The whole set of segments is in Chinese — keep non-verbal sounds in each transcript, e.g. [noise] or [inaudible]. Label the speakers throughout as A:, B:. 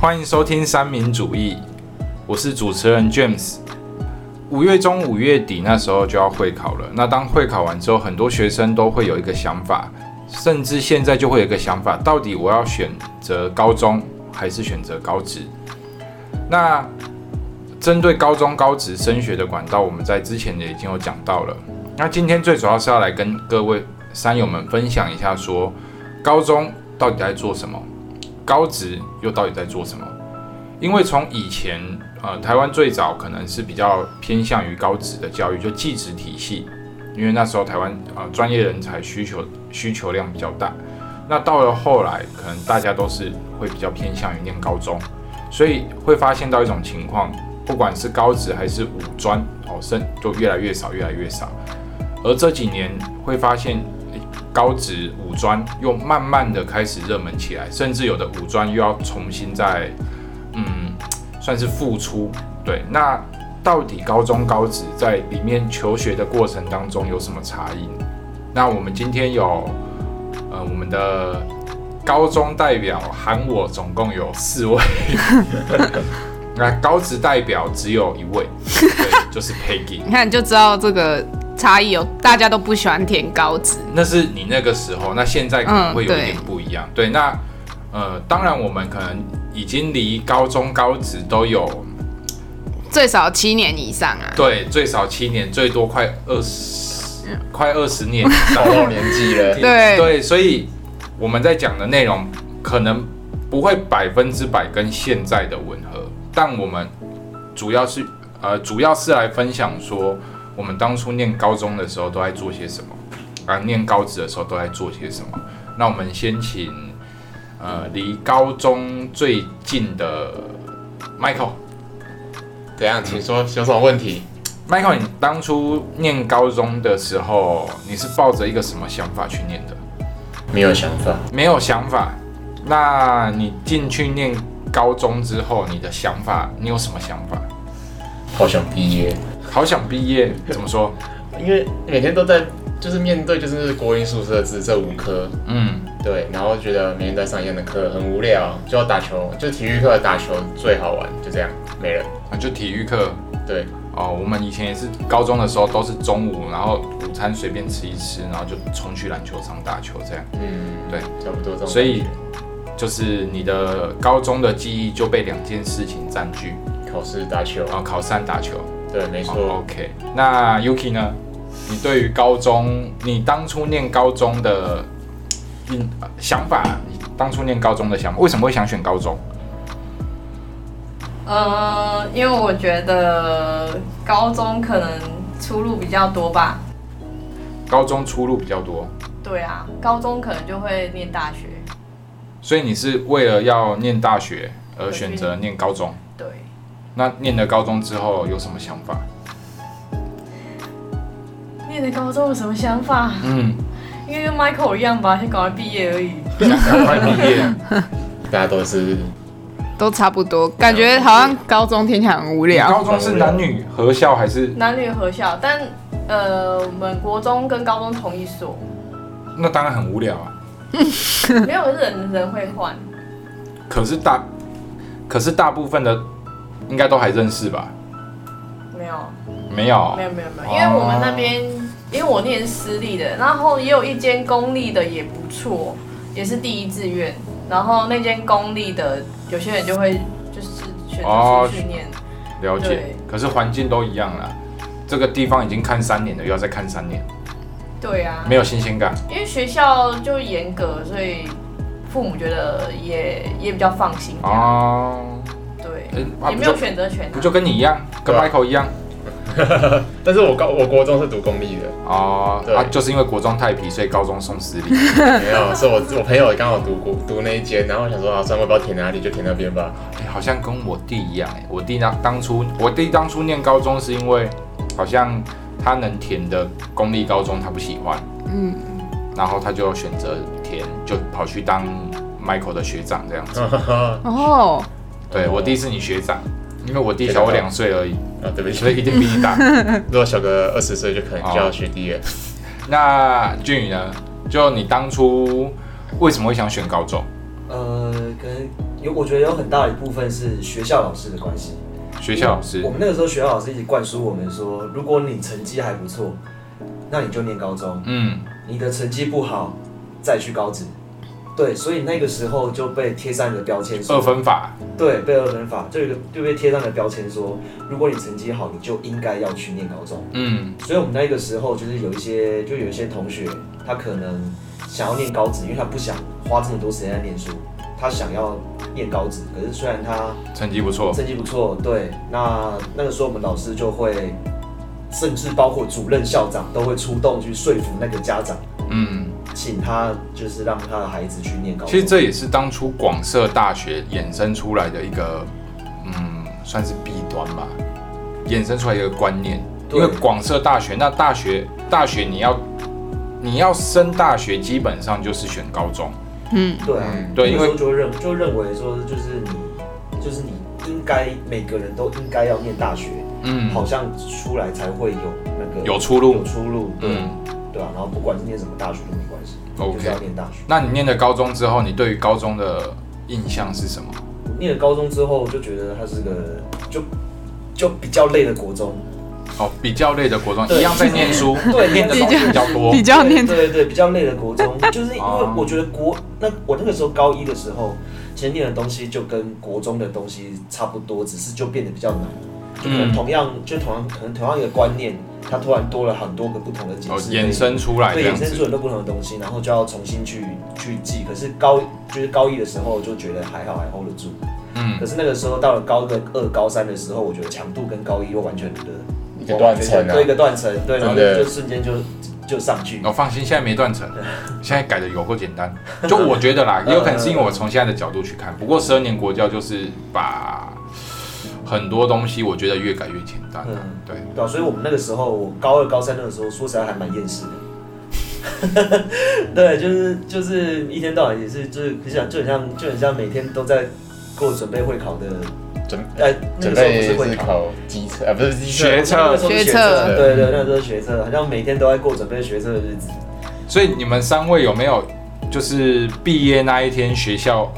A: 欢迎收听三民主义，我是主持人 James。五月中、五月底那时候就要会考了。那当会考完之后，很多学生都会有一个想法，甚至现在就会有一个想法：到底我要选择高中还是选择高职？那针对高中、高职升学的管道，我们在之前也已经有讲到了。那今天最主要是要来跟各位山友们分享一下说高中到底在做什么，高职又到底在做什么？因为从以前，呃，台湾最早可能是比较偏向于高职的教育，就技职体系，因为那时候台湾呃专业人才需求需求量比较大。那到了后来，可能大家都是会比较偏向于念高中，所以会发现到一种情况，不管是高职还是五专，哦，生就越来越少，越来越少。而这几年会发现，诶高职五专又慢慢的开始热门起来，甚至有的五专又要重新再，嗯，算是复出。对，那到底高中高职在里面求学的过程当中有什么差异呢？那我们今天有，呃，我们的高中代表喊我总共有四位，那高职代表只有一位，对，就是 Peggy。
B: 你看你就知道这个差异有，大家都不喜欢填高职，
A: 那是你那个时候，那现在可能会有一
B: 嗯对
A: 点不一样。对，那呃，当然我们可能已经离高中、高职都有
B: 最少七年以上啊。
A: 对嗯最少七年，最多快二十、快二十年以上
C: 到那种年
A: [laughs]
C: 纪了，
B: 对
A: 对，所以我们在讲的内容可能不会百分之百跟现在的吻合，但我们主要是呃，主要是来分享说我们当初念高中的时候都在做些什么，啊，念高职的时候都在做些什么。那我们先请呃离高中最近的 Michael。
C: 怎样？请说有什么问题？
A: Michael，你当初念高中的时候，你是抱着一个什么想法去念的？
C: 没有想法，
A: 没有想法。那你进去念高中之后，你的想法，你有什么想法？
C: 好想毕业，
A: 好想毕业，怎么说？
C: 因为每天都在就是面对就是国英数社制这五科，
A: 嗯，
C: 对，然后觉得每天在上一样的课很无聊，就要打球，就体育课打球最好玩，就这样，没了。
A: 啊，就体育课
C: 对，
A: 哦。我们以前也是高中的时候，都是中午，然后午餐随便吃一吃，然后就冲去篮球场打球，这样。
C: 嗯，
A: 对，
C: 差不多这种感觉。
A: 所以就是你的高中的记忆就被两件事情占据，
C: 考试打球，
A: 然后考山打球。
C: 对，没
A: 哦
C: 错，
A: OK，那 Yuki 呢？你对于高中，你当初念高中的，你呃想法，你当初念高中的想法，为什么会想选高中？
D: 呃，因为我觉得高中可能出路比较多吧。
A: 高中出路比较多，
D: 对啊，高中可能就会念大学。
A: 所以你是为了要念大学而选择念高中。
D: 对，
A: 那念了高中之后有什么想法？
D: 念的高中有什么想法？
A: 嗯，
D: 因为跟 Michael 一样吧，先赶快毕业而已。
A: 想赶快毕业，
C: 大家都是
B: 都差不多，感觉好像高中听起来很无
A: 你
B: 聊。
A: 高中是男女合校还是？
D: 男女合校，但呃，我们国中跟高中同一所，
A: 那当然很无聊啊。
D: 没有人人会换。
A: 可是大，可是大部分的应该都还认识吧？
D: 没有，
A: 没有啊
D: 没，有，没有，没有，因为我们那边，因为我念私立的，然后也有一间公立的也不错，也是第一志愿。然后那间公立的，有些人就会就是选择
A: 哦
D: 出去念。
A: 了解
D: 对，
A: 可是环境都一样啦。这个地方已经看三年了，又要再看三年，
D: 对啊，
A: 没有新鲜感。
D: 因为学校就严格，所以父母觉得也也比较放心。
A: 哦，
D: 对，
A: 诶啊
D: 也
A: 不
D: 没有
A: 就
D: 选择权、啊
A: 不。就跟你一样，跟
C: 对啊
A: Michael 一样
C: 但是我高我国中是读公
A: [laughs]
C: 立的，
A: 哦。
C: 对
A: 啊，就是因为国中太皮，所以高中送私立。
C: 没有，是我我朋友刚好读国读那一间，然后我想说啊，算了，我不知道填哪里就填那边吧。
A: 诶哎好像跟我弟一样哎、我弟当当初我弟当初念高中是因为好像他能填的公立高中他不喜欢，
B: 嗯，
A: 然后他就选择填，就跑去当 Michael 的学长这样子。
B: 哦，
A: 对我弟是你学长，因为我弟小我两岁而已，
C: 啊，对不
A: 所以
C: 起，
A: 一定比你
C: [laughs]
A: 大。
C: 如果小个二十岁就可能就要学弟了。
A: 那俊宇呢？就你当初为什么会想选高中？
E: 呃，可能有我觉得有很大一部分是学校老师的关系。
A: 学校老师
E: 我们那个时候学校老师一直灌输我们说，如果你成绩还不错，那你就念高中；
A: 嗯，
E: 你的成绩不好，再去高职。对，所以那个时候就被贴上一个标签，说
A: 二分法，
E: 对，被二分法，就有一个就被贴上了标签说，如果你成绩好，你就应该要去念高中。
A: 嗯
E: 所以我们那个时候就是有一些，就有一些同学，他可能想要念高职，因为他不想花这么多时间在念书，他想要念高职。可是虽然他
A: 成绩不错，
E: 成绩不错，对，那那个时候我们老师就会，甚至包括主任、校长都会出动去说服那个家长，
A: 嗯。
E: 请他就是让他的孩子去念高
A: 其
E: 中。
A: 实这也是当初广设大学衍生出来的一个，嗯，算是弊端吧，衍生出来一个观念。因
E: 对
A: 为广设大学，那大学大学你要你要升大学，基本上就是选高中。
B: 嗯，
E: 对啊，
C: 嗯
A: 对因为
E: 那个时候就会认就认为说就是你就是你应该每个人都应该要念大学，
A: 嗯，
E: 好像出来才会有那个
A: 有出路
E: 有出路，对、
A: 嗯
E: 对啊，然后不管是念什么大学都没关系
A: OK
E: 就是要念大学。
A: 那你念了高中之后，你对于高中的印象是什么？
E: 念了高中之后就觉得它是个就就比较累的
A: [laughs]
E: 国中，
A: 哦，比较累的国中，
E: 对
A: 一样在念书，
E: [laughs] 对
A: 念的东西比较多
B: 比。较念
E: 对对对比较累的
A: [laughs]
E: 国中，就是因为
A: 哦
E: 我觉得国那我那个时候高一的时候，其实念的东西就跟国中的东西差不多，只是就变得比较难，就可能
A: 嗯
E: 同样、就同样可能同样一个观念，它突然多了很多个不同的解
A: 哦，
E: 释，
A: 衍生出来这
E: 对
A: 样
E: 衍生出
A: 子。
E: 很多不同的东西，然后就要重新去去记。可是高就是高一的时候就觉得还好还 hold 得住，
A: 嗯
E: 可，是那个时候到了高的二高三的时候，我觉得强度跟高一又完全的
C: 一个断层啊
E: 对一，个断层，对，然后
C: 真的哦
E: 就瞬间就就上去。
A: 我、哦放心，现在没断层，现在改的有够简单。就我觉
E: [laughs]
A: 得啦，也有可能是因为我从现在的角度去看。不过十二年国教就是把很多东西，我觉得越改越简单了。
E: 嗯
A: 对，
E: 对啊、所以我们那个时候，我高二、高三那个时候，说实在还蛮厌世的。 [laughs] 对，就是就是一天到晚也是，就是很想，就很像，就很像每天都在给我准备会考的，
C: 准
E: 哎，那
C: 准
E: 个时候不
C: 备
E: 是
C: 是
E: 会考，
C: 考机测啊，不是机测，
A: 学
E: 那个时候是
B: 学测
E: 测，对对，那个时候是学测，好像每天都在过准备学测的日子。
A: 所以你们三位有没有就是毕业那一天学校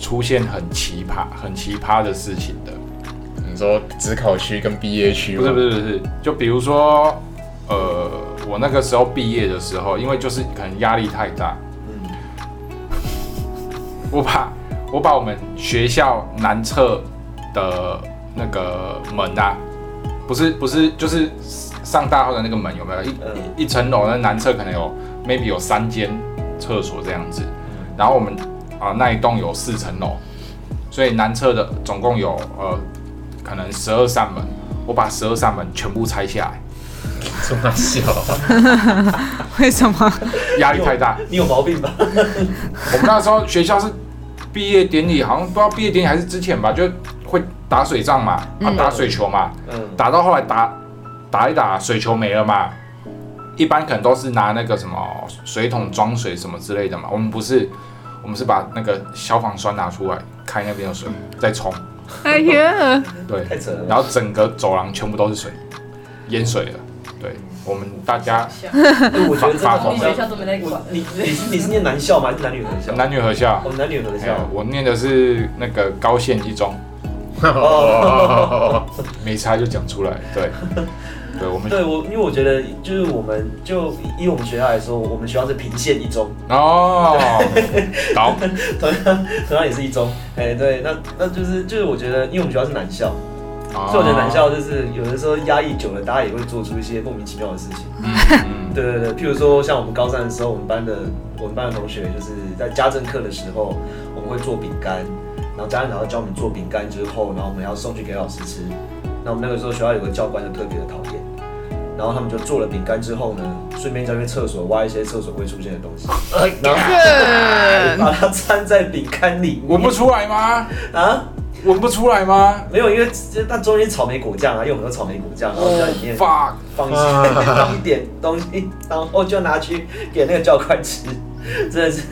A: 出现很奇葩、很奇葩的事情的？
C: 你说只考区跟毕业区
A: 不
C: 吗？
A: 是不是不是，就比如说，呃，我那个时候毕业的时候，因为就是可能压力太大，
E: 嗯，
A: 我把我把我们学校南侧的那个门啊，不是不是，就是上大号的那个门有没有一、
E: 嗯
A: 一一层楼的南侧可能有 maybe 有三间厕所这样子，然后我们啊、那一栋有四层楼，所以南侧的总共有呃可能十二扇门，我把十二扇门全部拆下来，
C: 中大 [laughs] 笑啊，
B: 为什么？
A: 压力太大。
E: 你有毛病吧？
A: 我们那时候学校是毕业典礼，好像不知道毕业典礼还是之前吧，就会打水仗嘛，啊
B: 嗯
A: 打水球嘛，
E: 嗯，
A: 打到后来打打一打水球没了嘛，一般可能都是拿那个什么水桶装水什么之类的嘛，我们不是，我们是把那个消防栓拿出来开那边的水再冲，
B: 哎呀，
A: 对，
E: 嗯太扯了
A: [laughs]
E: 吧。
A: 然后整个走廊全部都是水，淹水了，对我们大家
E: 因为我觉得这个
A: 发
D: 我
E: 好
D: 们学校
E: 像，
D: 都没在
E: 我
D: 管，
E: 你你是你是念男校吗？还是男女合校？
A: 男女合校，
E: 我们男女合
A: 还有
E: 校。
A: 我念的是那个高县一中。
C: 哎
E: 哦
A: 没差就讲出来，对，对，我们
E: 对我，因为我觉得就是我们就以我们学校来说，我们学校是平县一中，
A: 哦，好，
E: 同样同样也是一中，哎、对，那那就是就是我觉得，因为我们学校是男校，所以我觉
A: 哦
E: 得男校就是有的时候压抑久了，大家也会做出一些莫名其妙的事情。
A: 嗯，嗯
E: 对对对，譬如说像我们高三的时候，我们班的我们班的同学就是在家政课的时候，我们会做饼干，然后家政老师教我们做饼干之后，然后我们要送去给老师吃。那我们那个时候学校有个教官就特别的讨厌，然后他们就做了饼干之后呢，顺便在那边厕所挖一些厕所会出现的东西，然后 [laughs] 把它掺在饼干里面
A: 闻不出来吗？
E: 啊。
A: 闻不出来吗
E: 没有，因为这它中间是草莓果酱啊，因为我们有草莓果酱，然后在里面
A: ？fuck，
E: 放一些、放一点东西，然后就拿去给那个教官吃，真的是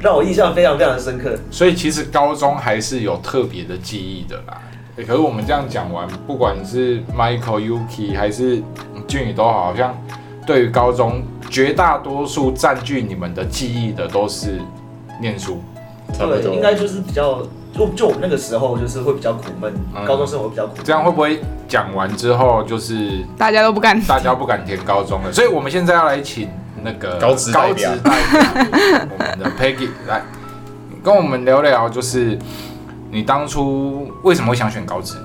E: 让我印象非常非常的深刻。
A: 所以其实高中还是有特别的记忆的啦。欸可是我们这样讲完，不管是 Michael Yuki 还是俊宇都好，好像对于高中绝大多数占据你们的记忆的都是念书。
C: 差不
E: 对，
C: 多，
E: 应该就是比较就就我们那个时候就是会比较苦闷，
A: 嗯
E: 高中生活会比较苦闷。
A: 这样会不会讲完之后就是
B: 大家都不敢。
A: 大家不敢填高中了？所以我们现在要来请那个
C: 高职代
A: 高
C: 表
A: 职代表我们的 Peggy 来跟我们聊聊，就是你当初为什么会想选高职？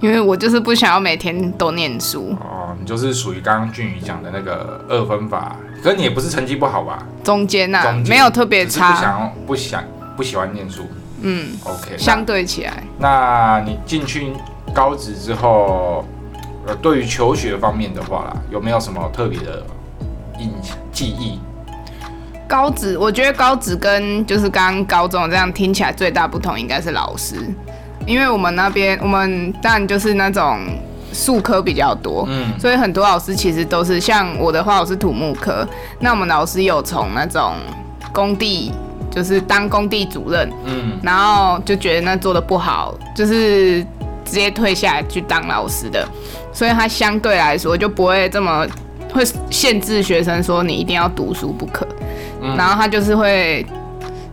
B: 因为我就是不想要每天都念书，
A: 哦，你就是属于刚刚俊宇讲的那个二分法，可是你也不是成绩不好吧？
B: 中间呐、
A: 中间
B: 啊没有特别
A: 只是不
B: 差，
A: 想要不想不喜欢念书。
B: 嗯，
A: OK，那
B: 相对起来，
A: 那你进去高职之后，呃，对于求学方面的话啦，有没有什么特别的印记忆？
B: 高职我觉得高职跟就是刚刚高中这样听起来最大不同应该是老师，因为我们那边我们当然就是那种数科比较多，
A: 嗯，
B: 所以很多老师其实都是像我的话，我是土木科，那我们老师有从那种工地，就是当工地主任，
A: 嗯，
B: 然后就觉得那做的不好，就是直接退下来去当老师的，所以他相对来说就不会这么会限制学生说你一定要读书不可，
A: 嗯
B: 然后他就是会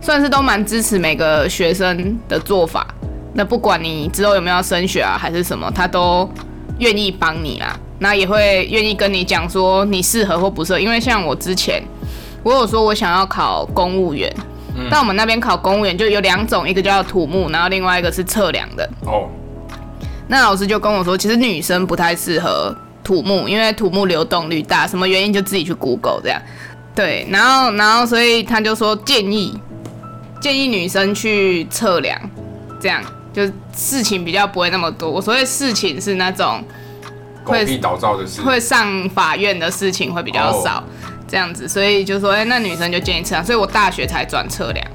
B: 算是都蛮支持每个学生的做法，那不管你之后有没有要升学啊还是什么，他都愿意帮你啦，那也会愿意跟你讲说你适合或不适合，因为像我之前我有说我想要考公务员。但我们那边考公务员就有两种，一个叫土木，然后另外一个是测量的。
A: 哦，
B: 那老师就跟我说，其实女生不太适合土木，因为土木流动率大，什么原因就自己去 Google 这样。对，然后然后所以他就说建议建议女生去测量，这样就事情比较不会那么多。我所谓事情是那种
A: 狗
B: 会
A: 屁倒灶的事，
B: 会上法院的事情会比较少。
A: 哦
B: 这样子，所以就说，哎、那女生就建议测量，所以我大学才转测量，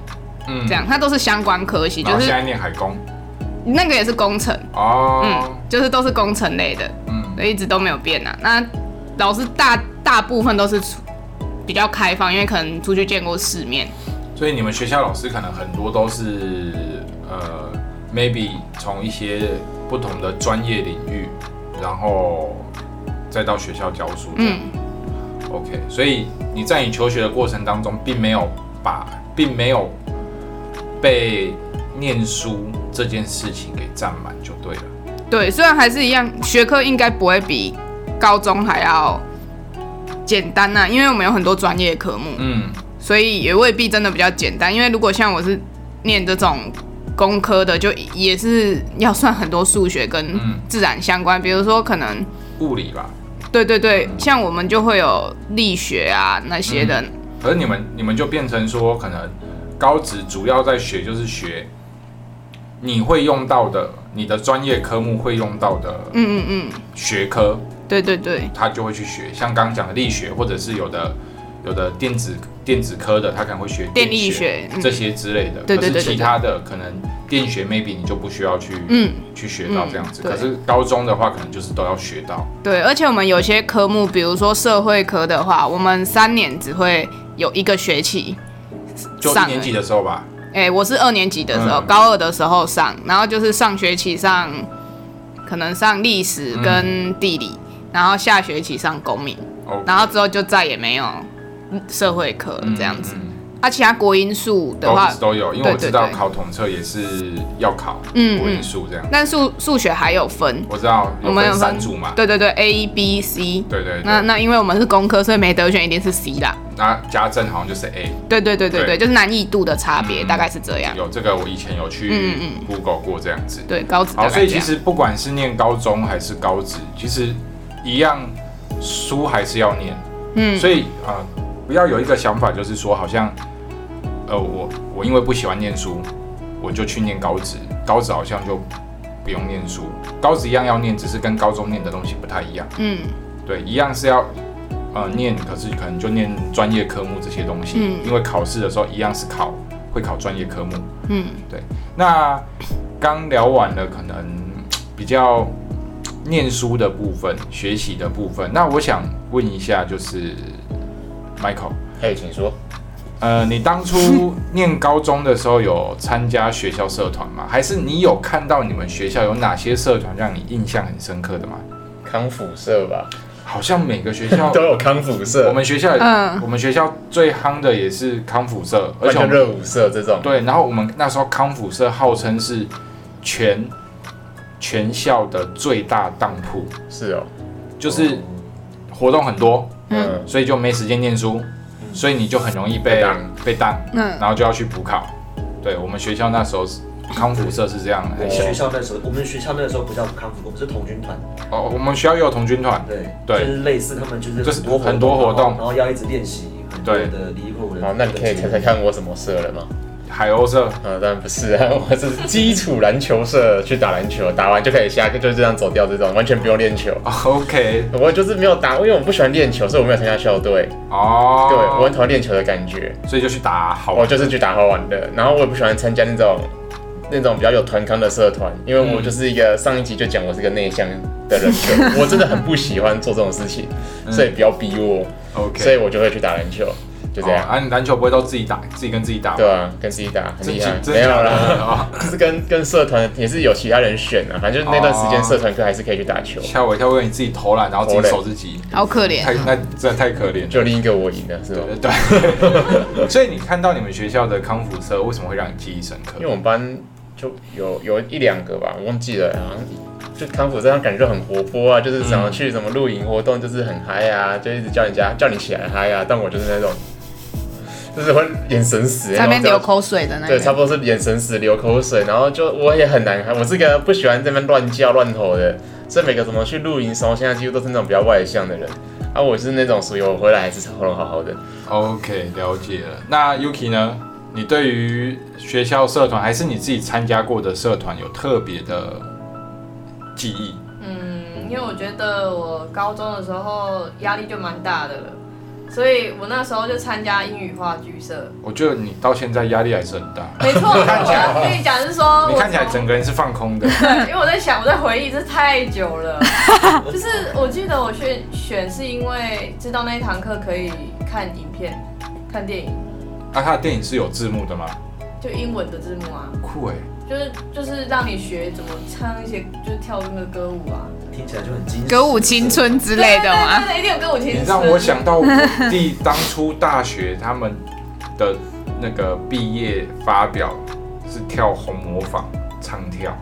A: 嗯
B: 这样，它都是相关科系，
A: 然
B: 就
A: 后
B: 是
A: 现在念海工，
B: 那个也是工程，嗯
A: 哦，，
B: 就是都是工程类的，
A: 嗯
B: 所以一直都没有变啊。那老师大大部分都是出比较开放，因为可能出去见过世面，
A: 所以你们学校老师可能很多都是呃，maybe 从一些不同的专业领域，然后再到学校教书这样。
B: 嗯，
A: OK，所以你在你求学的过程当中，并没有把，并没有被念书这件事情给占满就对了。
B: 对。虽然还是一样，学科应该不会比高中还要简单呐、因为我们有很多专业科目，
A: 嗯，
B: 所以也未必真的比较简单。因为如果像我是念这种工科的，就也是要算很多数学跟
A: 嗯
B: 自然相关，比如说可能。
A: 物理吧。
B: 对对对，像我们就会有力学啊那些的，
A: 可是你们你们就变成说，可能高职主要在学就是学你会用到的，你的专业科目会用到的
B: 嗯嗯嗯，
A: 学科，
B: 对对对，
A: 他就会去学。像刚刚讲的力学，或者是有的有的电子电子科的，他可能会学
B: 电力
A: 学。
B: 学，嗯
A: 这些之类的。
B: 对对对
A: 可
B: 对
A: 是其他的可能电学 maybe 你就不需要去、
B: 嗯，
A: 去学到这样子。
B: 嗯对
A: 可是高中的话，可能就是都要学到。
B: 对，而且我们有些科目，比如说社会科的话，我们三年只会有一个学期
A: 就一
B: 上
A: 年
B: 而
A: 级的时候吧，
B: 已。哎、我是二年级的时候，
A: 嗯
B: 高二的时候上，然后就是上学期上，可能上历史
A: 嗯
B: 跟地理，然后下学期上公民，
A: 哦，
B: 然后之后就再也没有社会科了
A: 嗯
B: 这样子。
A: 嗯
B: 啊，其他国因素的
A: 都
B: 话，
A: 都有，因为我
B: 对对
A: 知道
B: 对
A: 考统测也是要考
B: 嗯
A: 国
B: 嗯
A: 英数这样。
B: 但数数学还有分，
A: 我知道
B: 我
A: 有
B: 们有
A: 分
B: 分
A: 三组嘛，
B: 对对对，A B C。
A: 对对对，
B: 那那因为我们是工科，所以没得选，一定是 C 啦。
A: 那家政好像就是 A，
B: 对对对对
A: 对
B: 对，就是难易度的差别，
A: 嗯
B: 大概是这样。
A: 有这个我以前有去
B: 嗯嗯
A: Google 过这样子。
B: 对，高职大
A: 好，
B: 概
A: 所以
B: 这
A: 其
B: 样。
A: 实不管是念高中还是高职，其实一样书还是要念，
B: 嗯，
A: 所以啊、呃不要有一个想法，就是说好像，呃，我我因为不喜欢念书，我就去念高职，高职好像就不用念书，高职一样要念，只是跟高中念的东西不太一样，
B: 嗯
A: 对，一样是要呃念，可是可能就念专业科目这些东西，
B: 嗯
A: 因为考试的时候一样是考会考专业科目，
B: 嗯，
A: 那刚聊完了，可能比较念书的部分、学习的部分。那我想问一下，就是 Michael，
C: 嘿，请说。
A: 呃，你当
C: [laughs]
A: 初念高中的时候有参加学校社团吗？还是你有看到你们学校有哪些社团让你印象很深刻的吗？
C: 康复社吧，
A: 好像每个学校
C: [laughs] 都有康复
A: 我
C: 社、
A: 们学校也，
B: 嗯
A: 我们学校最夯的也是康复社，而
C: 而
A: 且我们
C: 且热舞社这种，
A: 对，然后我们那时候康复社号称是全全校的最大当铺，
C: 是哦，
A: 就是活动很多，
B: 嗯
C: 嗯，
A: 所以就没时间念书，所以你就很容易被
C: 被当
A: 被当，
B: 嗯，
A: 然后就要去补考。对我们学校那时候是康复社是这样的，
E: 我
A: 很
C: 哦
E: 们
A: 小
E: 学校那时候，我们学校那个时候不叫康复，我们是童军团，
A: 哦，我们学校也有童军团，
E: 对，
A: 对
E: 就是类似他们就是
A: 就是
E: 很多
A: 很多活动
E: 然后然后要一直练习很多的离谱的。
C: 好，那你可以猜
B: [laughs]
C: 猜看我什么社了吗？
A: 海鸥社，
C: 呃，当然不是啊，我是基础篮球社去打篮球，打完就可以下课，就这样走掉，这种完全不用练球。
A: 哦 OK，
C: 我就是没有打，因为我不喜欢练球，所以我没有参加校队。
A: 哦，
C: 对，我很讨厌练球的感觉，
A: 所以就去打好
C: 我就是去打好玩的。然后我也不喜欢参加那种那种比较有团康的社团，因为我就是一个、上一集就讲我是个内向的人
A: [laughs]
C: 格，我真的很不喜欢做这种事情，所以不要逼我，
A: 嗯 OK，
C: 所以我就会去打篮球，就这样。
A: 哦啊，你篮球不会都自己打，自己跟自己打吗？
C: 对啊，跟自己打很
A: 真
C: 厉
A: 假，
C: 害，
A: 真
C: 没有
A: 假的
C: 啦。 [laughs]
A: 哦
C: 是跟跟社团也是有其他人选啊，反正就是那段时间
A: 哦
C: 社团课还是可以去打球。
A: 吓我一跳，我以为你自己投篮，然后自己
C: 投篮
A: 守自己，
B: 好可怜
A: 太。那真的太可怜了。
C: 就另一个我赢了，是吧？
A: 对对对， [laughs] 所以你看到你们学校的康复社，为什么会让你记忆深刻
C: 因为？我们班就有有一两个吧，我忘记了，好像就康复这样感觉就很活泼啊，就是想要去什么露营活动，就是很嗨啊，就一直叫人家叫你起来嗨啊，但我就是那种，就是会眼神死，
B: 在那边
C: 然
B: 流
C: 后这样
B: 口水的那
C: 对，差
B: 个，
C: 不多是眼神死流口水，然后就我也很难看，我是个不喜欢这边乱叫乱吼的，所以每个怎么去露营什么，现在几乎都是那种比较外向的人，啊，我是那种属于我回来还是喉咙好好的，
A: OK，了解了。那 Yuki 呢？你对于学校社团，还是你自己参加过的社团，有特别的记忆？
D: 嗯，因为我觉得我高中的时候压力就蛮大的了，所以我那时候就参加英语话剧社。
A: 我觉得你到现在压力还是很大， [laughs]
D: 没错，我要跟你讲是说，
A: 你看起来
D: 我从
A: 整个人是放空的。
D: 因为我在想，我在回忆，这太久了。就是我记得我选选是因为知道那一堂课可以看影片、看电影，
A: 那、他的电影是有字幕的吗？
D: 就英文的字幕啊，
A: 酷哎、
D: 就是就是让你学怎么唱一些，就是跳那个歌舞啊
E: 听起来就很惊。
B: 歌舞青。春之类的
D: 对对
B: 吗？
D: 对对一定有歌舞青
A: 你
D: 春。
A: 让我想到我弟当初大学他们的那个毕业发表是跳红模仿唱跳，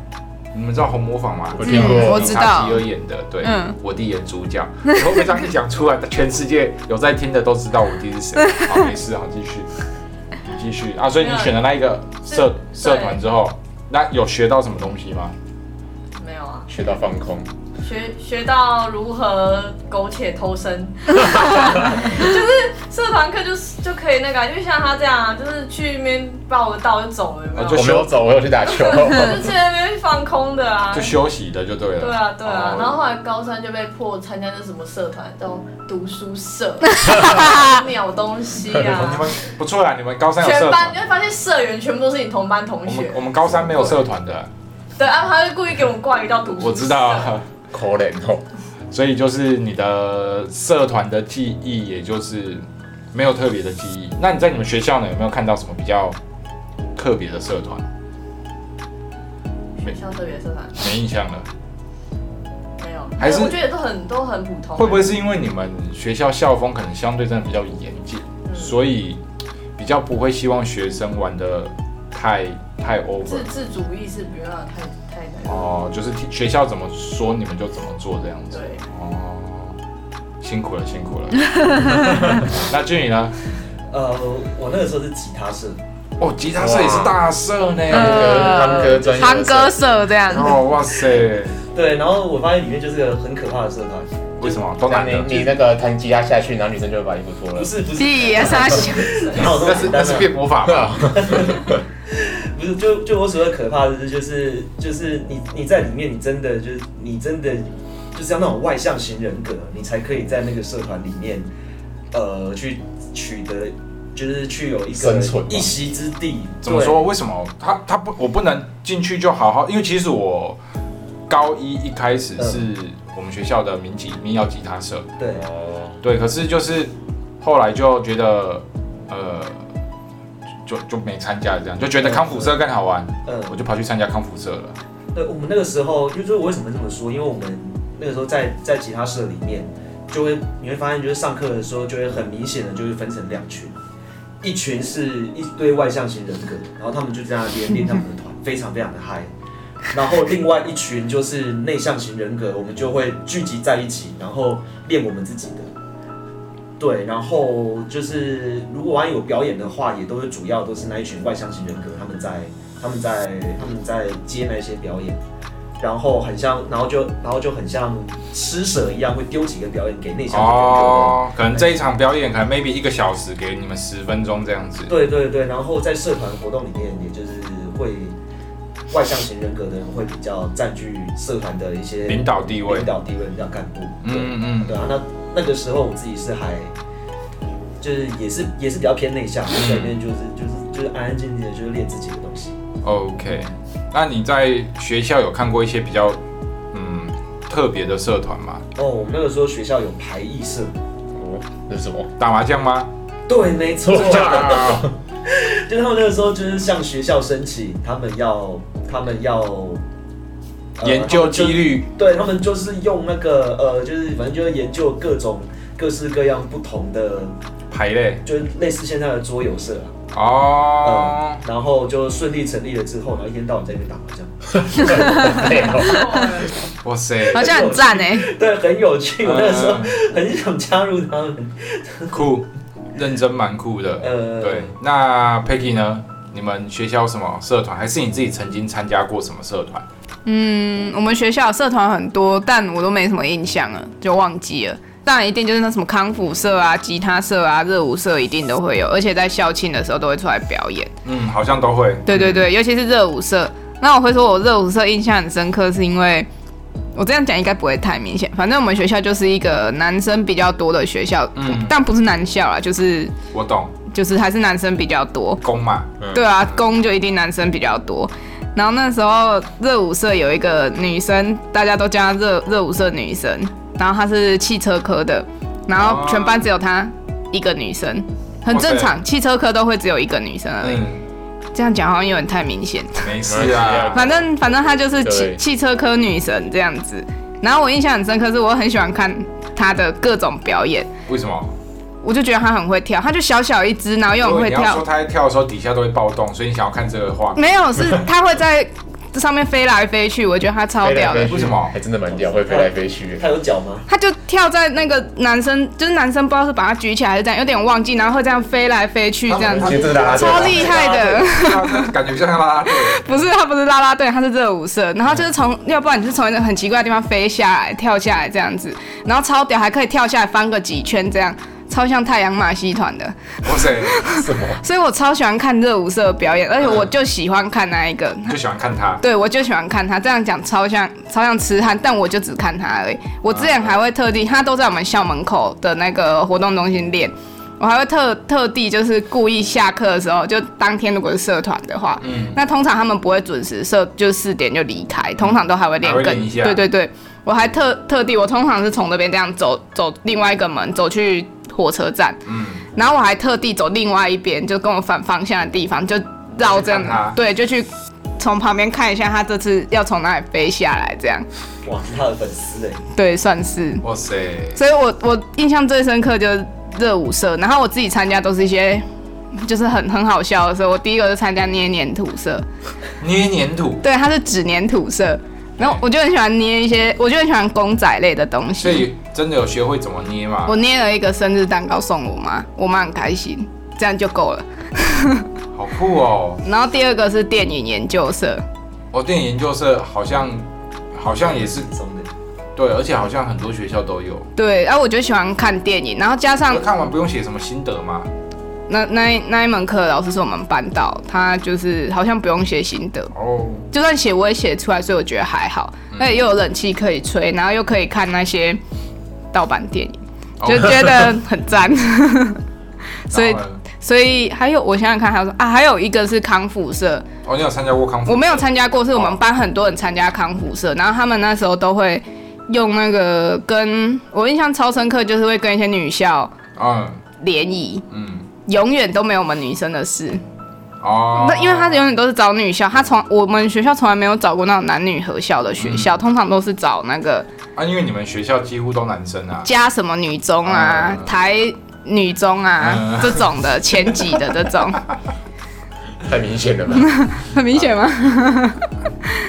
A: 你们知道红模仿吗？
C: 我听过
B: 嗯我知道
A: 吉尔演的，对，
B: 嗯
A: 我弟演主角。我会不会这样一讲出来，全世界有在听的都知道我弟是谁？好，没事，好，啊继续，你继续啊。所以你选了那一个社
D: 是
A: 社团之后，那有学到什么东西吗？
D: 没有啊，
C: 学到放空，
D: 学学到如何苟且偷生， [laughs] 就是社团课就是就可以那个啊、就像他这样啊，就是去那边报个到就走了，有没有？
A: 啊就
C: 我没有走，我有去打球，
D: 我 [laughs] 就去那边放空的啊。
A: 就休息的就对了。
D: 对啊，对啊
A: 哦，
D: 然后后来高三就被迫参加那什么社团，叫读
A: [laughs]
D: 书社，鸟东西
A: 你
D: 啊！
A: 们不错啦，你们高三有
D: 全
A: 社
D: 班
A: 团
D: 你，会发现社员全部都是你同班同
A: 我们
D: 学
A: 我，们高三没有社团的，
D: 对啊，他就故意给我们挂一个叫读书社。
A: 我知道啊。
C: 可怜哦。
A: 所以就是你的社团的记忆，也就是没有特别的记忆。那你在你们学校呢，有没有看到什么比较特别的社团？
D: 学校特别社团
A: 没印象了。
D: 没有，
A: 还是
D: 我觉得都很都很普通。啊
A: 会不会是因为你们学校校风可能相对真的比较严谨，
D: 嗯
A: 所以比较不会希望学生玩的太太 over
D: 自自主意识不要太太那个？
A: 哦，就是听学校怎么说你们就怎么做这样子。
D: 对，
A: 哦，辛苦了，辛苦了。那俊宇呢？
E: 呃，我那个时候是吉他社，
A: 哦，吉他社也是大社呢。
C: 哇堂呃哥专业的社
B: 堂哥社这样，
A: 哦，哇塞！
E: 对，然后我发现里面就是个很可怕的社团。
A: 为什么都
C: 那
A: 男
C: 你
A: 的？
C: 你那个弹吉他下去，然后女生就会把衣服脱了
E: 不。是不是，
B: 屁呀，傻小，
E: 哪有
A: [laughs] 那
E: 那么
A: 是
E: 简
A: 那
E: 单
A: 是
E: 啊
A: 变魔法吧？
C: [laughs]
E: 不是，就就我所谓可怕的是，就是就是你你在里面，你真的就是你真的就是要那种外向型人格，你才可以在那个社团里面，呃，去取得就是去有一个
C: 生存嘛
E: 一席之地。
A: 怎么说？为什么他他不我不能进去就好好？因为其实我高一一开始是
C: 嗯
A: 我们学校的民吉民谣吉他社，
E: 嗯对？对，
C: 哦，
A: 对，可是就是后来就觉得呃。就就没参加，这样就觉得康复社更好玩，
E: 嗯，
A: 我就跑去参加康复社了。
E: 对，我们那个时候，就是我为什么这么说？因为我们那个时候在在吉他社里面，就会你会发现，就是上课的时候就会很明显的就是分成两群，一群是一堆外向型人格，然后他们就在那边练他们的团，非常非常的嗨。然后另外一群就是内向型人格，我们就会聚集在一起，然后练我们自己的。对，然后就是如果万一有表演的话，也都是主要都是那一群外向型人格，他们在他们在他们在接那些表演，然后很像，然后就然后就很像施舍一样，会丢几个表演给内向型人格的。
A: 哦，可能这一场表演可能 maybe 一个小时，给你们十分钟这样子。
E: 对对对，然后在社团活动里面，也就是会外向型人格的人会比较占据社团的一些
A: 领导地位
E: 领。导地位比较干部。对、
A: 嗯嗯
E: 对啊，那那个时候我自己是还就是也是也是比较偏内向，在里面就是就是就是安安静静的，就是练自己的东西。
A: ，OK。那你在学校有看过一些比较嗯特别的社团吗？
E: 哦，我们那个时候学校有排艺社，
C: 哦，这是什么？
A: 打麻将吗？
E: 对，没错，
A: [laughs] 啊
E: 就是他们那个时候就是向学校申请，他们要他们要、呃
A: 研究几率，
E: 对他们就是用那个呃，就是反正就是研究各种各式各样不同的，
A: 排类
E: 就是类似现在的桌游社啊。
A: 哦啊
E: 嗯，，然后就顺利成立了之后，然后一天到晚在那边打麻将， [laughs]
C: 对哦，
A: 哇塞，
B: 好像很赞哎、
E: 对，很有趣。
A: 啊
E: 我那个时候
A: 嗯
E: 很想加入他们。
A: 酷，认真蛮酷的。
E: 呃，
A: 对，那 Peggy 呢？你们学校有什么社团？还是你自己曾经参加过什么社团？
B: 嗯，我们学校社团很多，但我都没什么印象了，就忘记了。当然，一定就是那什么康复社啊、吉他社啊、热舞社一定都会有，而且在校庆的时候都会出来表演。
A: 嗯，好像都会。
B: 对对
A: 嗯
B: 对，尤其是热舞社。那我会说我热舞社印象很深刻，是因为我这样讲应该不会太明显。反正我们学校就是一个男生比较多的学校，
A: 嗯
B: 但不是男校啦，就是
A: 我懂，
B: 就是还是男生比较多。
A: 公嘛，
B: 对啊，公就一定男生比较多。然后那时候热舞社有一个女生，大家都叫她热热舞社女神，然后她是汽车科的，然后全班只有她一个女生，很正常，汽车科都会只有一个女生而已。
A: 嗯，
B: 这样讲好像有点太明显。
A: 没事啊，
B: 反正反正她就是汽
C: 对
B: 汽车科女神这样子。然后我印象很深刻，是我很喜欢看她的各种表演，
A: 为什么？
B: 我就觉得她很会跳，她就小小一只，然后又
A: 如
B: 很
A: 果
B: 会
A: 你要
B: 跳
A: 说。他在跳的时候底下都会暴动，所以你想要看这个画面。
B: 没有，是她会在这上面飞来飞去，我觉得她超
C: 飞来
B: 屌
C: 飞
B: 的。
C: [laughs] 去
A: 为什么
C: 还真的蛮屌，会飞来飞去。 [laughs]
E: 他有脚吗？
B: 她就跳在那个男生，就是男生不知道是把她举起来还是这样，有点忘记，然后会这样飞来飞去这样
C: 他
B: 子
C: 们，其实真的拉队
B: 超厉害的。
A: 感觉像啦啦队，
B: 不是，他不是啦啦队，他是热舞社，然后就是从，要不然你是从一个很奇怪的地方飞下来、跳下来这样子，然后超屌，还可以跳下来翻个几圈这样。超像太阳马戏团的，
A: 哇塞，
C: 什么？
B: 所以我超喜欢看热舞社的表演，而且我就喜欢看那一个，
A: 就喜欢看他。
B: 对我就喜欢看他。这样讲超像超像痴汉，但我就只看他而已。我之前还会特地，他都在我们校门口的那个活动中心练，我还会特特地就是故意下课的时候，就当天如果是社团的话，
A: 嗯，
B: 那通常他们不会准时设，就四点就离开，通常都还会练
A: 还会
B: 更。
A: 练一下
B: 对对对，我还特特地，我通常是从那边这样走走另外一个门走去火车站，
A: 嗯，
B: 然后我还特地走另外一边，就跟我反方向的地方，就绕这样
A: 去看他，
B: 对，就去从旁边看一下他这次要从哪里飞下来，这样，
E: 哇，是他的粉丝哎、
B: 对，算是。
A: 哇塞，
B: 所以我我印象最深刻就是热舞社，然后我自己参加都是一些就是很很好笑的时候，我第一个是参加捏黏土社。
A: 捏黏土，
B: 对，它是纸粘土色。然后我就很喜欢捏一些，我就很喜欢公仔类的东
A: 所
B: 西。
A: 以真的有学会怎么捏吗
B: 我？捏了一个生日蛋糕送我妈，我妈很开心，这样就够了。
A: 好酷哦！
B: 然后第二个是电影研究社，
A: 哦，电影研究社好像好像也是
E: 中的。
A: 对，而且好像很多学校都有。
B: 对，然后我就喜欢看电影，然后加上
A: 看完不用写什么心得吗？
B: 那那一那一门课老师是我们班导，他就是好像不用写心得，
A: 哦，
B: 就算写我也写出来，所以我觉得还好。而且又有冷气可以吹，然后又可以看那些盗版电影，
A: 哦
B: 就觉得很赞。所以
A: 然后呢
B: 所以还有，我想想看，还有什么啊，还有一个是康复社，
A: 哦，你有参加过康复？
B: 我没有参加过，是我们班很多人参加康复社，然后他们那时候都会用那个跟我印象超深刻，就是会跟一些女校
A: 嗯
B: 联谊，
A: 嗯，
B: 永远都没有我们女生的事。
A: 哦，
B: 那因为他永远都是找女校，他从我们学校从来没有找过那种男女合校的学校，通常都是找那个
A: 啊，因为你们学校几乎都男生啊，
B: 加什么女中啊、
A: 嗯
B: 台女中啊、这种的前几的这种，
C: 太明显了吧？
B: [laughs] 很明显吗？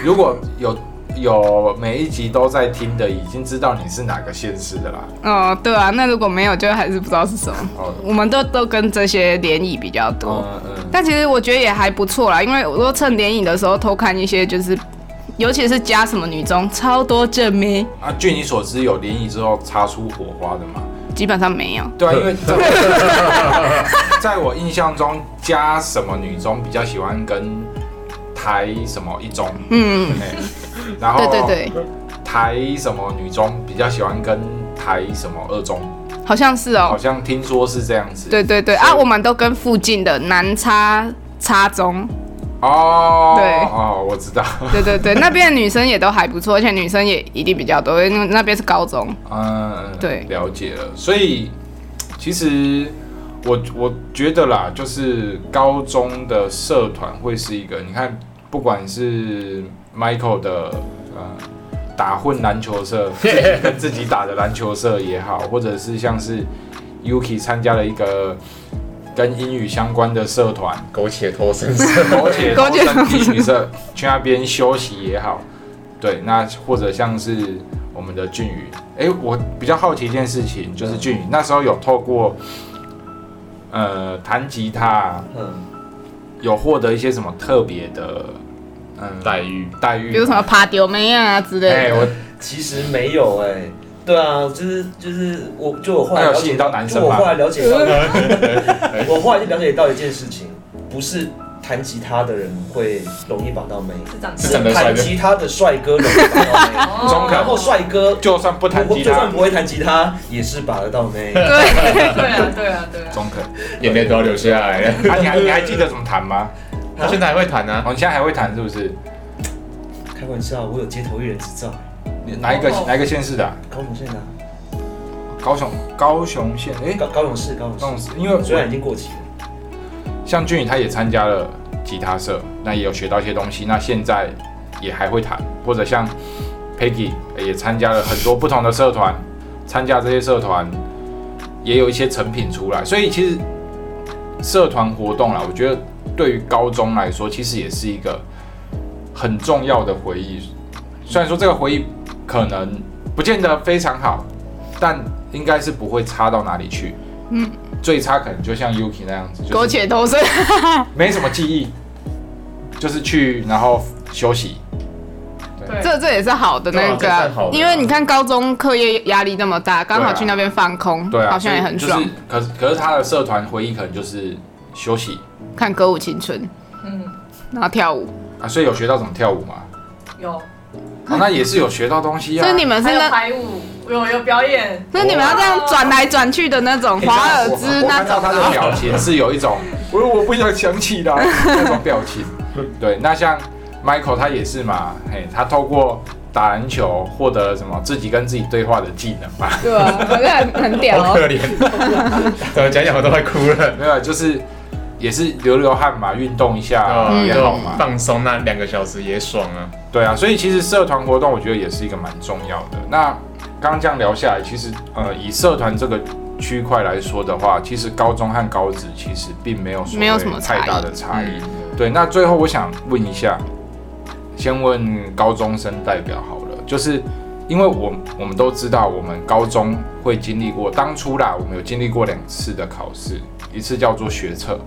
A: 如果有有每一集都在听的，已经知道你是哪个县市的啦。
B: 哦，对啊，那如果没有就还是不知道是什么。
A: 哦，
B: 我们都都跟这些联谊比较多，
A: 嗯嗯，
B: 但其实我觉得也还不错啦，因为我都趁联谊的时候偷看一些，就是尤其是加什么女中，超多正妹，
A: 啊，据你所知，有联谊之后擦出火花的吗？
B: 基本上没有。
A: 对啊，因为在我在我 [laughs] 印象中，加什么女中比较喜欢跟台什么一中，
B: 嗯，
A: 哎然后
B: 对对对，
A: 台什么女中比较喜欢跟台什么二中，
B: 好像是哦、
A: 好像听说是这样子。
B: 对对对啊，我们都跟附近的南叉叉中，
A: 哦，
B: 对
A: 哦，我知道，
B: 对对对，那边的女生也都还不错，而且女生也一定比较多，因为那边是高中。
A: 嗯，
B: 对
A: 了解了。所以其实我我觉得啦，就是高中的社团会是一个，你看，不管是 Michael 的呃打混篮球社，自己跟自己打的篮球社也好，或者是像是 Yuki 参加了一个跟英语相关的社团，
C: 苟且偷生社，
A: 苟且
B: 苟且
A: 偷生女色，去那边休息也好。对，那或者像是我们的俊宇，哎、我比较好奇一件事情，就是俊宇那时候有透过呃弹吉他，
E: 嗯，
A: 有获得一些什么特别的嗯
C: 待遇
A: 待遇吗，
B: 比如什么爬丢妹啊之类
A: 哎、
B: 的，
A: 我
E: 其实没有哎、对啊，就是就是，我就我后来
A: 那有
E: 了
A: 吸
E: 解
A: 引到男生
E: 就我
A: 吗
E: 后来了解
A: [laughs]
E: 到，我后来就了解到一件事情，不是弹吉他的人会容易绑到妹，
D: 是哦长
C: 是长得帅的
E: 弹吉他的帅哥容易绑到妹，
A: 中肯
E: 然后帅哥
A: 就算不弹
E: 我
A: 吉
E: 就算
A: 他，
E: 不会弹吉他，也是把得到妹。
D: 对啊对啊对啊，
A: 中肯。
C: 眼泪都要流下来了。
A: 啊，你
E: [laughs]
A: 还你还记得怎么弹吗？
C: [laughs] 他现在还会弹啊？
A: 哦，你现在还会弹是不是？
E: 开玩笑，我有街头艺人执照，
A: 你哪一个
D: 哦
A: 哪一个县市的啊、
E: 高雄县的啊，
A: 高雄高雄县哎，
E: 高高雄市，高
A: 高
E: 雄
A: 雄市，因为
E: 市，
A: 我
E: 虽然已经过期了，
A: 像俊宇他也参加了吉他社，那也有学到一些东西，那现在也还会弹，或者像 Peggy 呃也参加了很多不同的社团，参加这些社团也有一些成品出来，所以其实社团活动啦，我觉得对于高中来说，其实也是一个很重要的回忆。虽然说这个回忆可能不见得非常好，但应该是不会差到哪里去。
B: 嗯，
A: 最差可能就像 Yuki 那样子，就是
B: 苟且偷生。
A: 没什么记忆，就是去然后休息。
D: 对啊
B: 这这也是好的那
C: 对
B: 个
C: 啊这
B: 啊
C: 算好，的
B: 因为你看高中课业压力那么大，刚
A: 对
B: 好
A: 啊
B: 去那边放空，
A: 对啊，
B: 好像也很爽
A: 就。是、可是可是他的社团回忆可能就是休息
B: 看歌舞青春，
D: 嗯
B: 然后跳舞，
A: 啊，所以有学到怎么跳舞嘛？
D: 有，
A: 哦，那也是有学到东西啊。
B: [laughs] 所以你们是
D: 还有
B: 那，
D: 排舞，有有表演，
B: 所以你们要这样转来转去的那种
A: 诶
B: 华尔
A: 我
B: 兹
A: 我
B: 那
A: 看到
B: 种
A: 他
B: 的
A: 的
B: 哦，
A: 表情是有一种 [laughs] 我我不想想起的 [laughs] 那种表情。对，那像 Michael 他也是嘛，嘿，他透过打篮球获得了什么自己跟自己对话的技能吧？
B: 对啊，反正很很屌
C: 好
B: 哦。
C: 可怜，怎么讲讲我都快哭了。
A: 没有，就是也是流流汗嘛，运动一下
B: 嗯
C: 啊，
A: 也
C: 就
A: 好嘛。
C: 放松那两个小时也爽啊。
A: 对啊，所以其实社团活动我觉得也是一个蛮重要的。那刚刚这样聊下来，其实呃，以社团这个区块来说的话，其实高中和高职其实并没有所谓
B: 没有什么差异
A: 太大的差异。
C: 嗯，
A: 对，那最后我想问一下，先问高中生代表好了，就是因为我我们都知道，我们高中会经历过，当初啦，我们有经历过两次的考试，一次叫做学测，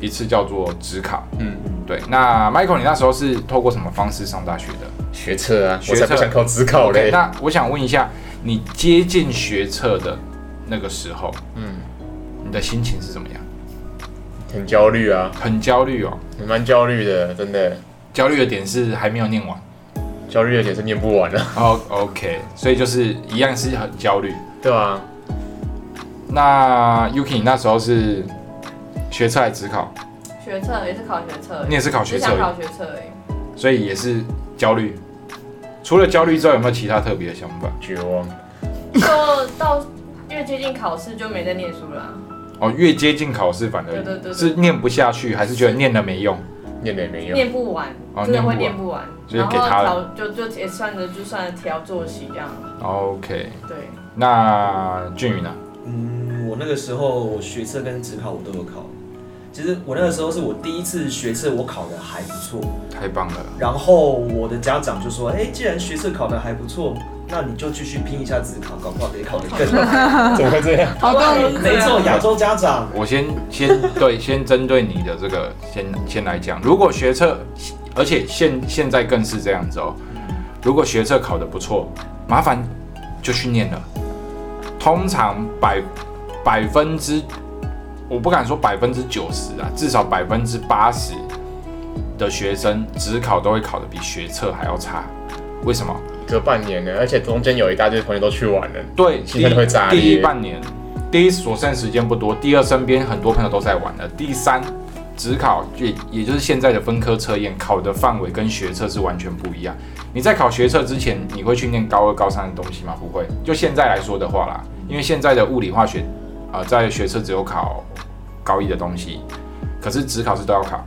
A: 一次叫做职考。
C: 嗯，
A: 对，那 Michael，你那时候是透过什么方式上大学的？
C: 学测啊，
A: 学
C: 我
A: 测
C: 才不想考职考
A: OK，
C: 嘞。
A: 那我想问一下，你接近学测的那个时候，
C: 嗯，
A: 你的心情是怎么样？
C: 很焦虑啊，
A: 很焦虑哦，
C: 蛮焦虑的，真的。
A: 焦虑的点是还没有念完。
C: 焦虑的点是念不完啊。
A: 哦、o k 所以就是一样是很焦虑。
C: 对啊，
A: 那 Yuki 你那时候是学测还是职考？
D: 学测也是考学测，
A: 你也是考
D: 只
A: 学
D: 想
A: 测，
D: 考学测而已， [laughs]
A: 所以也是焦虑。除了焦虑之外，有没有其他特别的想法？
C: 绝望。
D: 就到越接近考试就没在念书了啊，
A: 哦，越接近考试反
D: 对对对对
A: 而是念不下去，还是觉得念了没用？
C: 念了也没用。
D: 念不完，
A: 哦
D: 真的会
A: 念
D: 念不完，
A: 就是
D: 然后
A: 给他
D: 调就就也算着就算调作息这样，
A: 哦 OK，
D: 对，
A: 那俊宇呢？
E: 嗯，我那个时候我学测跟职考我都有考。其实我那个时候是我第一次学测，我考的还不错。
A: 太棒了，
E: 然后我的家长就说：“哎、既然学测考的还不错，那你就继续拼一下职考，搞不好可以考得更好。
C: 怎么会这样？
B: 好动，
D: 啊
E: 没错，亚洲家长
A: 我先先对， [laughs] 先针对你的这个先先来讲。如果学测，而且现现在更是这样子哦。如果学测考得不错，麻烦就去念了。通常百百分之，我不敢说百分之九十啊，至少百分之八十的学生，职考都会考得比学测还要差。为什么？
C: 隔半年了，而且中间有一大堆朋友都去玩了。
A: 对，
C: 气氛会炸
A: 第
C: 裂
A: 一第一半年，第一所剩时间不多，第二身边很多朋友都在玩了，第三，职考也也就是现在的分科测验考的范围跟学测是完全不一样。你在考学测之前，你会去念高二、高三的东西吗？不会。就现在来说的话啦，因为现在的物理化学，啊，在学测只有考高一的东西，可是职考是都要考。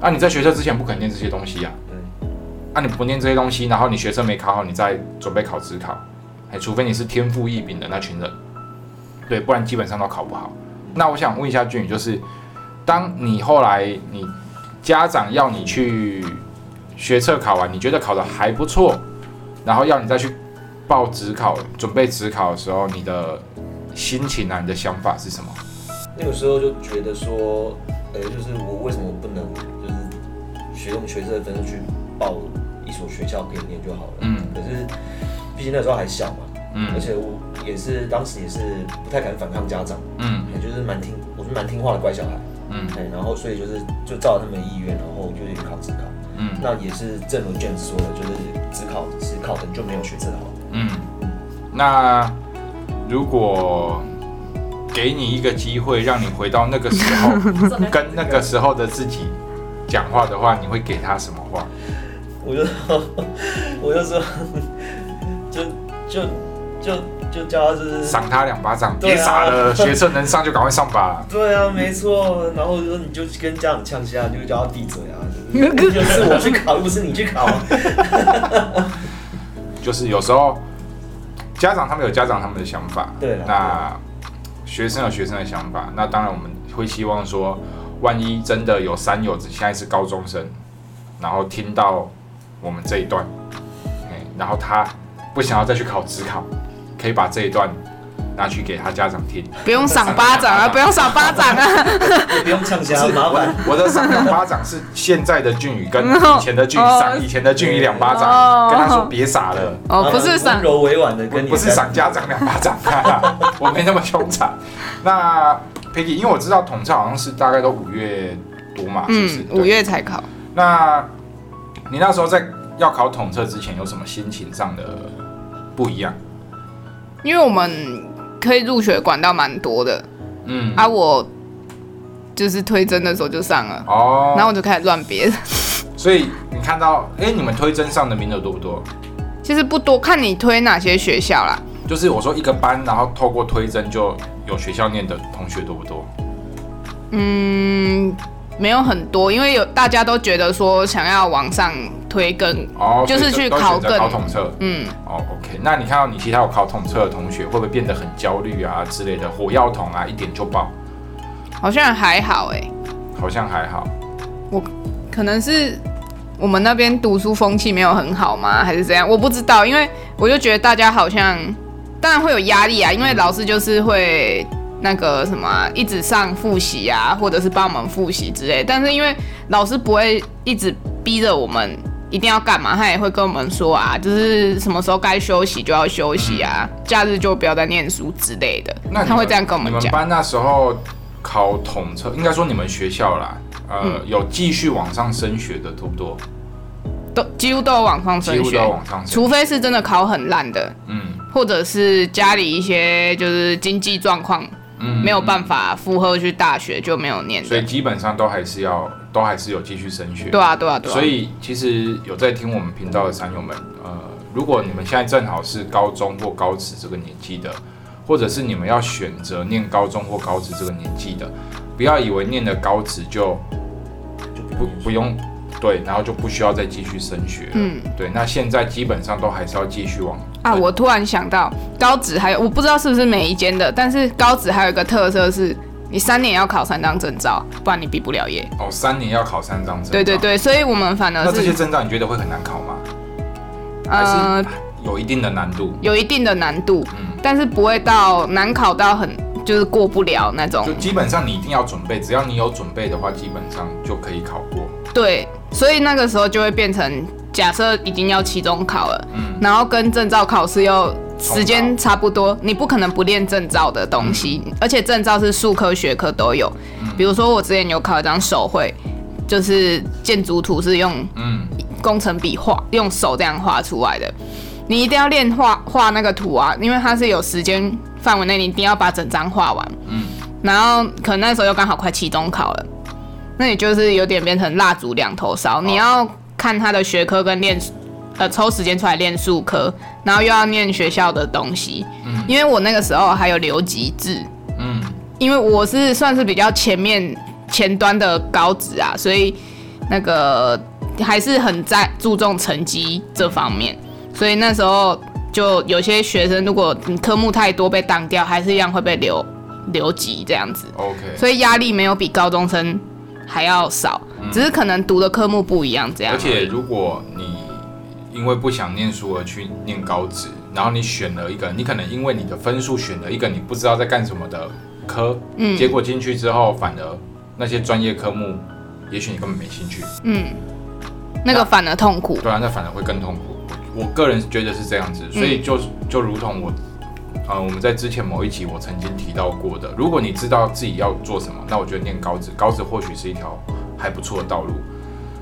A: 啊，你在学测之前不可能念这些东西呀、
C: 嗯
A: 啊。啊，你不念这些东西，然后你学测没考好，你再准备考职考，哎，除非你是天赋异禀的那群人，对，不然基本上都考不好。那我想问一下俊宇，就是当你后来你家长要你去学测考啊完，你觉得考的还不错，然后要你再去报职考，准备职考的时候，你的心情啊，你的想法是什么？
E: 那个时候就觉得说，呃，就是我为什么不能就是学用学测的分数去报一所学校给你念就好了？
A: 嗯
E: 可是毕竟那时候还小嘛，而
A: 嗯
E: 且我也是当时也是不太敢反抗家长，
A: 嗯
E: 也就是蛮听，我是蛮听话的乖小孩，
A: 嗯
E: 哎，然后所以就是就照他们的意愿，然后就去考职考。
A: 嗯
E: 那也是正如 James 说的，就是只考只考的就没有学测好。
A: 嗯。那如果给你一个机会，让你回到那个时候，跟那个时候的自己讲话的话，你会给他什么话？
E: 我就说， [laughs] 我就说，就就就就叫他就是，
A: 赏他两巴掌，
E: 对啊
A: 别傻了，学测能上就赶快上吧。
E: 对啊，没错。然后就说你就跟家长呛下，你就叫他闭嘴啊，就是就是我去考，又不是你去考。啊
A: 就是有时候家长他们有家长他们的想法，
E: 对啦
A: 那学生有学生的想法，那当然我们会希望说，万一真的有山友现在是高中生，然后听到我们这一段，哎，然后他不想要再去考职考，可以把这一段拿去给他家长听。
B: 不用赏巴掌啊，不用赏巴掌啊，
E: 不用呛瞎，麻
A: 我的
E: 烦。
B: [laughs]
A: 我的赏两巴掌是现在的俊宇跟
B: 嗯 [laughs] 哦
A: 以前的俊宇赏以前的俊宇两巴掌，
B: 哦
A: 跟他说别傻了，
B: 哦，不是
E: 温
B: 赏，
E: 柔委婉的
A: 不
E: 跟你
A: 不是赏家长两巴
B: [laughs]
A: 掌，哈哈我没那么凶残。那 Peggy，因为我知道统测好像是大概都五月多嘛，是不是
B: 嗯？，五
A: 对。
B: 月才考。
A: 那你那时候在要考统测之前有什么心情上的不一样？
B: 因为我们可以入学管道蛮多的
A: 嗯，
B: 啊，我就是推甄的时候就上了，然后
A: 哦，
B: 我就开始乱编，
A: 所以你看到，哎，你们推甄上的名额多不多？
B: 其实不多，看你推哪些学校啦。
A: 就是我说一个班，然后透过推甄就有学校念的同学多不多？
B: 嗯，没有很多，因为有大家都觉得说想要往上推更，
A: 哦，
B: 就是
A: 所以
B: 去
A: 都
B: 考
A: 选择
B: 更
A: 考统测。
B: 嗯，
A: 哦，OK，那你看到你其他有考统测的同学，会不会变得很焦虑啊之类的？火药桶啊，一点就爆，
B: 好像还好哎、
A: 好像还好。
B: 可能是我们那边读书风气没有很好吗？还是怎样？我不知道，因为我就觉得大家好像当然会有压力啊，因为老师就是会那个什么啊、一直上复习啊，或者是帮我们复习之类。但是因为老师不会一直逼着我们一定要干嘛，他也会跟我们说啊，就是什么时候该休息就要休息啊，假日就不要再念书之类的
A: 嗯那。你
B: 他会这样跟我们
A: 你们
B: 讲。
A: 班那时候考统测，应该说你们学校啦，呃，
B: 嗯
A: 有继续往上升学的多不多？
B: 都几乎都有往上
A: 几
B: 升
A: 乎都
B: 学
A: 要，往上升。
B: 除非是真的考很烂的，
A: 嗯
B: 或者是家里一些就是经济状况
A: 嗯，
B: 没有办法负荷去大学，就没有念
A: 所
B: 的
A: 以。基本上都还是要，都还是有继续升学。
B: 对啊，对啊，对啊。
A: 所以其实有在听我们频道的山友们，呃，如果你们现在正好是高中或高职这个年纪的，或者是你们要选择念高中或高职这个年纪的，不要以为念了高职就
E: 就
A: 不
E: 不
A: 不用对，然后就不需要再继续升学了。
B: 嗯，
A: 对，那现在基本上都还是要继续往
B: 啊，我突然想到高职还有，我不知道是不是每一间的，但是高职还有一个特色是，你三年要考三张证照，不然你毕不了业。
A: 哦，三年要考三张证。
B: 对对。对，所以我们反而
A: 那这些
B: 是
A: 证照你觉得会很难考吗？还
B: 呃
A: 是有一定的难度？
B: 有一定的难度，
A: 嗯，
B: 但是不会到难考到很就是过不了那种
A: 就。基本上你一定要准备，只要你有准备的话，基本上就可以考过。
B: 对，所以那个时候就会变成，假设已经要期中考了，
A: 嗯
B: 然后跟证照考试又时间差不多，你不可能不练证照的东西，而且证照是术科学科都有。比如说我之前有考一张手绘，就是建筑图是用
A: 嗯，
B: 工程笔画，用手这样画出来的。你一定要练画画那个图啊，因为它是有时间范围内，你一定要把整张画完。
A: 嗯
B: 嗯，然后可能那时候又刚好快期中考了，那你就是有点变成蜡烛两头烧，你要看他的学科跟练，呃，抽时间出来练数科，然后又要念学校的东西。
A: 嗯
B: 因为我那个时候还有留级制，
A: 嗯，
B: 因为我是算是比较前面前端的高职啊，所以那个还是很在注重成绩这方面，所以那时候就有些学生，如果你科目太多被挡掉，还是一样会被留留级这样子，
A: OK。
B: 所以压力没有比高中生还要少，只是可能读的科目不一样这
A: 嗯
B: 样
A: 而。且如果你因为不想念书而去念高职，然后你选了一个，你可能因为你的分数选了一个你不知道在干什么的科，嗯，结果进去之后反而那些专业科目，也许你根本没兴趣，
B: 嗯，那个反而痛苦。
A: 对啊，那反而会更痛苦。我我个人觉得是这样子，所以就就如同我，呃，我们在之前某一期我曾经提到过的，如果你知道自己要做什么，那我觉得念高职，高职或许是一条还不错的道路。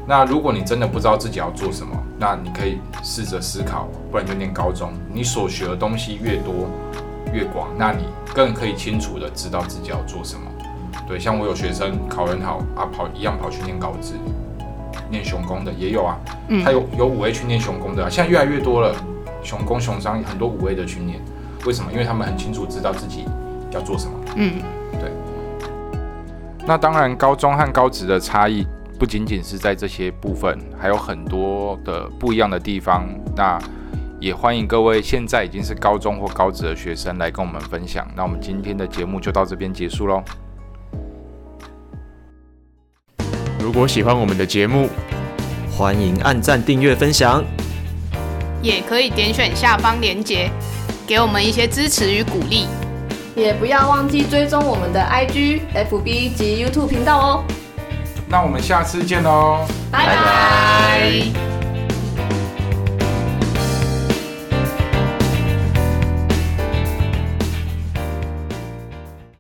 A: 那如果你真的不知道自己要做什么，那你可以试着思考，不然就念高中。你所学的东西越多越广，那你更可以清楚的知道自己要做什么。对，像我有学生考很好啊，跑一样跑去念高职，念雄工的也有啊，
B: 嗯
A: 他有有五 A 去念雄工的、啊，现在越来越多了，雄工、雄商很多五 A 的去念，为什么？因为他们很清楚知道自己要做什么。
B: 嗯，
A: 那当然，高中和高职的差异不仅仅是在这些部分，还有很多的不一样的地方。那也欢迎各位现在已经是高中或高职的学生来跟我们分享。那我们今天的节目就到这边结束喽。
C: 如果喜欢我们的节目，
E: 欢迎按赞、订阅、分享。
B: 也可以点选下方链接，给我们一些支持与鼓励。
D: [laughs] 也不要忘记追踪我们的 IG、FB 及 YouTube 频道哦。
A: 那我们下次见喽。
D: 拜拜。
B: 拜。